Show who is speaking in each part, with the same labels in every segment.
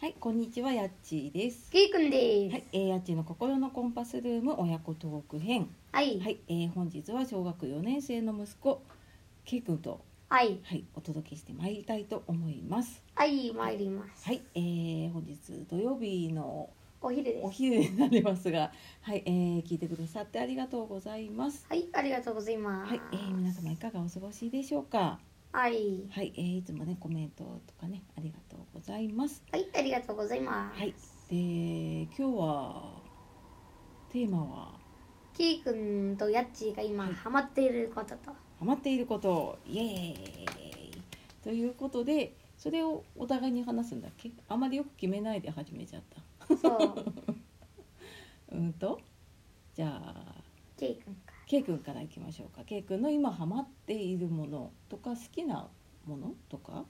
Speaker 1: はい、こんにちは、やっちーです。
Speaker 2: きーくんで
Speaker 1: はい、えー、やっちーの心のコンパスルーム親子トーク編。
Speaker 2: す。はい。
Speaker 1: はい、えー、本日は小学4年生の息子。けいくんと、
Speaker 2: はい。
Speaker 1: はい、お届けしてまいりたいと思います。
Speaker 2: はい、参ります。
Speaker 1: はい、えー、本日土曜日の
Speaker 2: お昼で
Speaker 1: お
Speaker 2: す。
Speaker 1: 昼になりますが。はい、えー、聞いてくださってありがとうございます。
Speaker 2: はい、ありがとうございます。
Speaker 1: はい、えー、皆様いかがお過ごしでしょうか。
Speaker 2: はい。
Speaker 1: はい、えー、いつもね、コメントとかね、ありがとうございます。
Speaker 2: はい、ありがとうございます。
Speaker 1: はい、で、今日は。テーマは。
Speaker 2: きーくんとやっちーが今
Speaker 1: はい
Speaker 2: ハマっていることと。
Speaker 1: ハマっていることイエーイということでそれをお互いに話すんだっけあまりよく決めないで始めちゃった
Speaker 2: そう。
Speaker 1: うんとじゃあ
Speaker 2: きーくんか。
Speaker 1: K 君からいきましょうか K 君の今ハマっているものとか好きなものとか、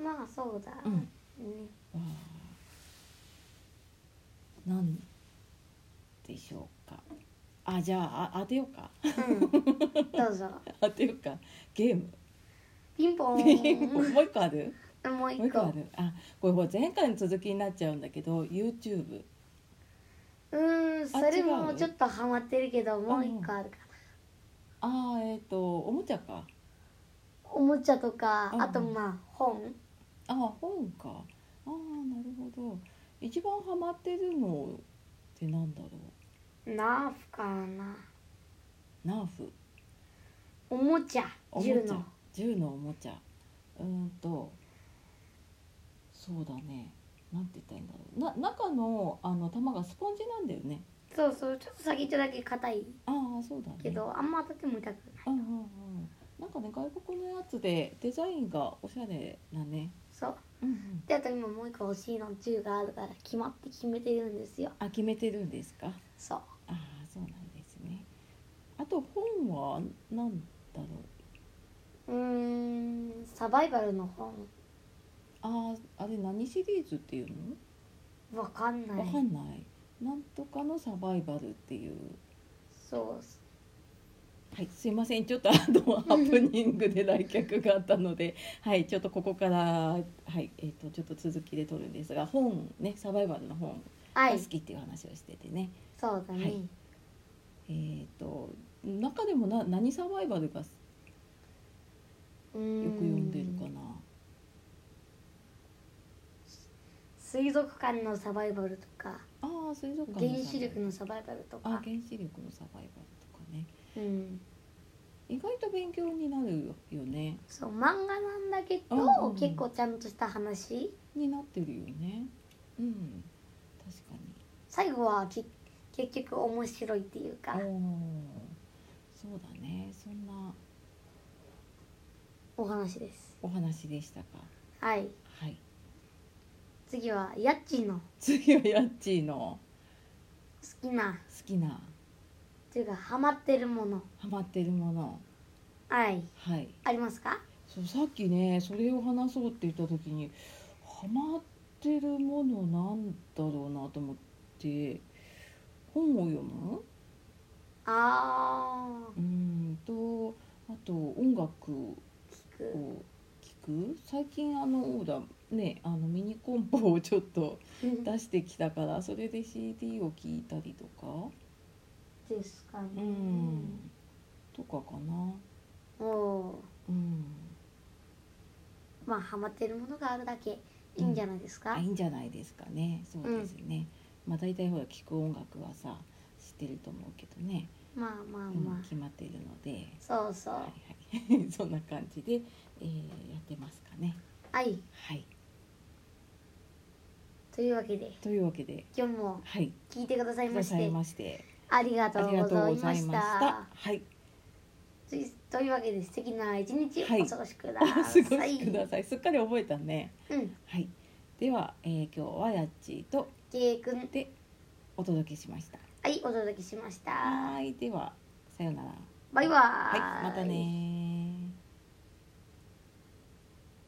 Speaker 2: まあ、そうだ。
Speaker 1: うん
Speaker 2: ね。
Speaker 1: わあなんでしょうかあじゃああ当てようか
Speaker 2: うん。どうぞ。
Speaker 1: 当てようかゲーム
Speaker 2: ピンポ ー
Speaker 1: もう一個ある
Speaker 2: ン。もう
Speaker 1: もう
Speaker 2: 一
Speaker 1: 一個あ
Speaker 2: 個。
Speaker 1: るあこれほら前回の続きになっちゃうんだけど YouTube
Speaker 2: うーん、それ
Speaker 1: あ違
Speaker 2: も
Speaker 1: う
Speaker 2: ちょっとハマってるけど、もう一個あるかな。
Speaker 1: あーえっ、とおもちゃか
Speaker 2: おもちゃとか
Speaker 1: う、ん
Speaker 2: あとまあ、本。
Speaker 1: あー本かあーなるほど一番ハマってるのってなんだろ
Speaker 2: ナーフかな。
Speaker 1: うナーフ
Speaker 2: おもちゃ。
Speaker 1: おもちゃ
Speaker 2: 銃の。
Speaker 1: 銃のおもちゃうーんとそうだねなんて言ったらいいんだろうな中のあの玉がスポンジなんだよね
Speaker 2: そうそう、ちょっと先っちょだけ硬い。
Speaker 1: ああそうだね
Speaker 2: けどあんま当たっても痛くない
Speaker 1: うんうんうんなんかね外国のやつでデザインがおしゃれなね
Speaker 2: そう
Speaker 1: うんうん
Speaker 2: であと今もう一個欲しいの銃があるから決まって決めてるんですよ
Speaker 1: あ決めてるんですか
Speaker 2: そう
Speaker 1: ああそうなんですねあと本は何だろう
Speaker 2: うーんサバイバルの本
Speaker 1: あああれ何シリーズっていう
Speaker 2: わかん
Speaker 1: の、
Speaker 2: ない
Speaker 1: わかんないなんとかのサバイバルっていう
Speaker 2: そう
Speaker 1: はいすいませんちょっとあのハプニングで来客があったのではいちょっとここからはいえっ、とちょっと続きで撮るんですが本ねサバイバルの本
Speaker 2: は
Speaker 1: が
Speaker 2: い
Speaker 1: 好きっていう話をしててね、
Speaker 2: そうだね、
Speaker 1: はいえっ、と中でもな何サバイバルがよ
Speaker 2: うーん
Speaker 1: く読んでるかな
Speaker 2: 水族館のサバイバルとか
Speaker 1: ああ水族館のサ
Speaker 2: 原
Speaker 1: バイバル
Speaker 2: 子力のサバイバルと
Speaker 1: あ
Speaker 2: か
Speaker 1: 原子力のサバイバルとかね
Speaker 2: うん
Speaker 1: 意外と勉強になるよね
Speaker 2: そう漫画なんだけど、
Speaker 1: うんうん
Speaker 2: 結構ちゃんとした話
Speaker 1: になってるよねうん確かに
Speaker 2: 最後はき結局面白いっていうか
Speaker 1: おーそうだねそんな
Speaker 2: お話です
Speaker 1: お話でしたか
Speaker 2: はい
Speaker 1: はい
Speaker 2: 次はヤッチーの
Speaker 1: 次はヤッチーの
Speaker 2: 好きな
Speaker 1: 好きな
Speaker 2: っていうかハマってるもの
Speaker 1: ハマってるもの
Speaker 2: はい
Speaker 1: はい
Speaker 2: ありますか
Speaker 1: そうさっきねそれを話そうって言った時にハマってるものなんだろうなと思って本を読む
Speaker 2: あ
Speaker 1: うーんとあと音楽を
Speaker 2: ー聞く
Speaker 1: 聞く最近あのオーダーねあのミニコンポをちょっと出してきたからそれで CD を聞いたりとか
Speaker 2: ですかね
Speaker 1: うんとかかな
Speaker 2: おー
Speaker 1: うん
Speaker 2: まあハマってるものがあるだけいいんじゃないですか、
Speaker 1: あいいんじゃないですかねそうですね、まあ大体ほら聞く音楽はさ知ってると思うけどね、
Speaker 2: まあまあ
Speaker 1: うん
Speaker 2: まあ、
Speaker 1: 決まっているので、
Speaker 2: そうそう
Speaker 1: はいはい、 そんな感じで、えーやってますかね
Speaker 2: はい
Speaker 1: はい
Speaker 2: というわけで
Speaker 1: というわけで
Speaker 2: 今日も
Speaker 1: はい
Speaker 2: 聞いてください
Speaker 1: くだ
Speaker 2: まし
Speaker 1: さい
Speaker 2: て
Speaker 1: まして
Speaker 2: ありがと
Speaker 1: あ
Speaker 2: う
Speaker 1: りが
Speaker 2: ご
Speaker 1: とう
Speaker 2: ざい
Speaker 1: ござ
Speaker 2: ま
Speaker 1: い
Speaker 2: した
Speaker 1: ましたはい
Speaker 2: といというわけで素敵な一日
Speaker 1: はい
Speaker 2: お過ごしくだ
Speaker 1: お過ご
Speaker 2: さい、
Speaker 1: しくださいすっかり覚えたね
Speaker 2: うん
Speaker 1: はいでは、えー今日はやっちーと
Speaker 2: K 君
Speaker 1: でお届けしました
Speaker 2: はいお届けしました
Speaker 1: はいではさようなら
Speaker 2: バイバーイ
Speaker 1: はいまたねー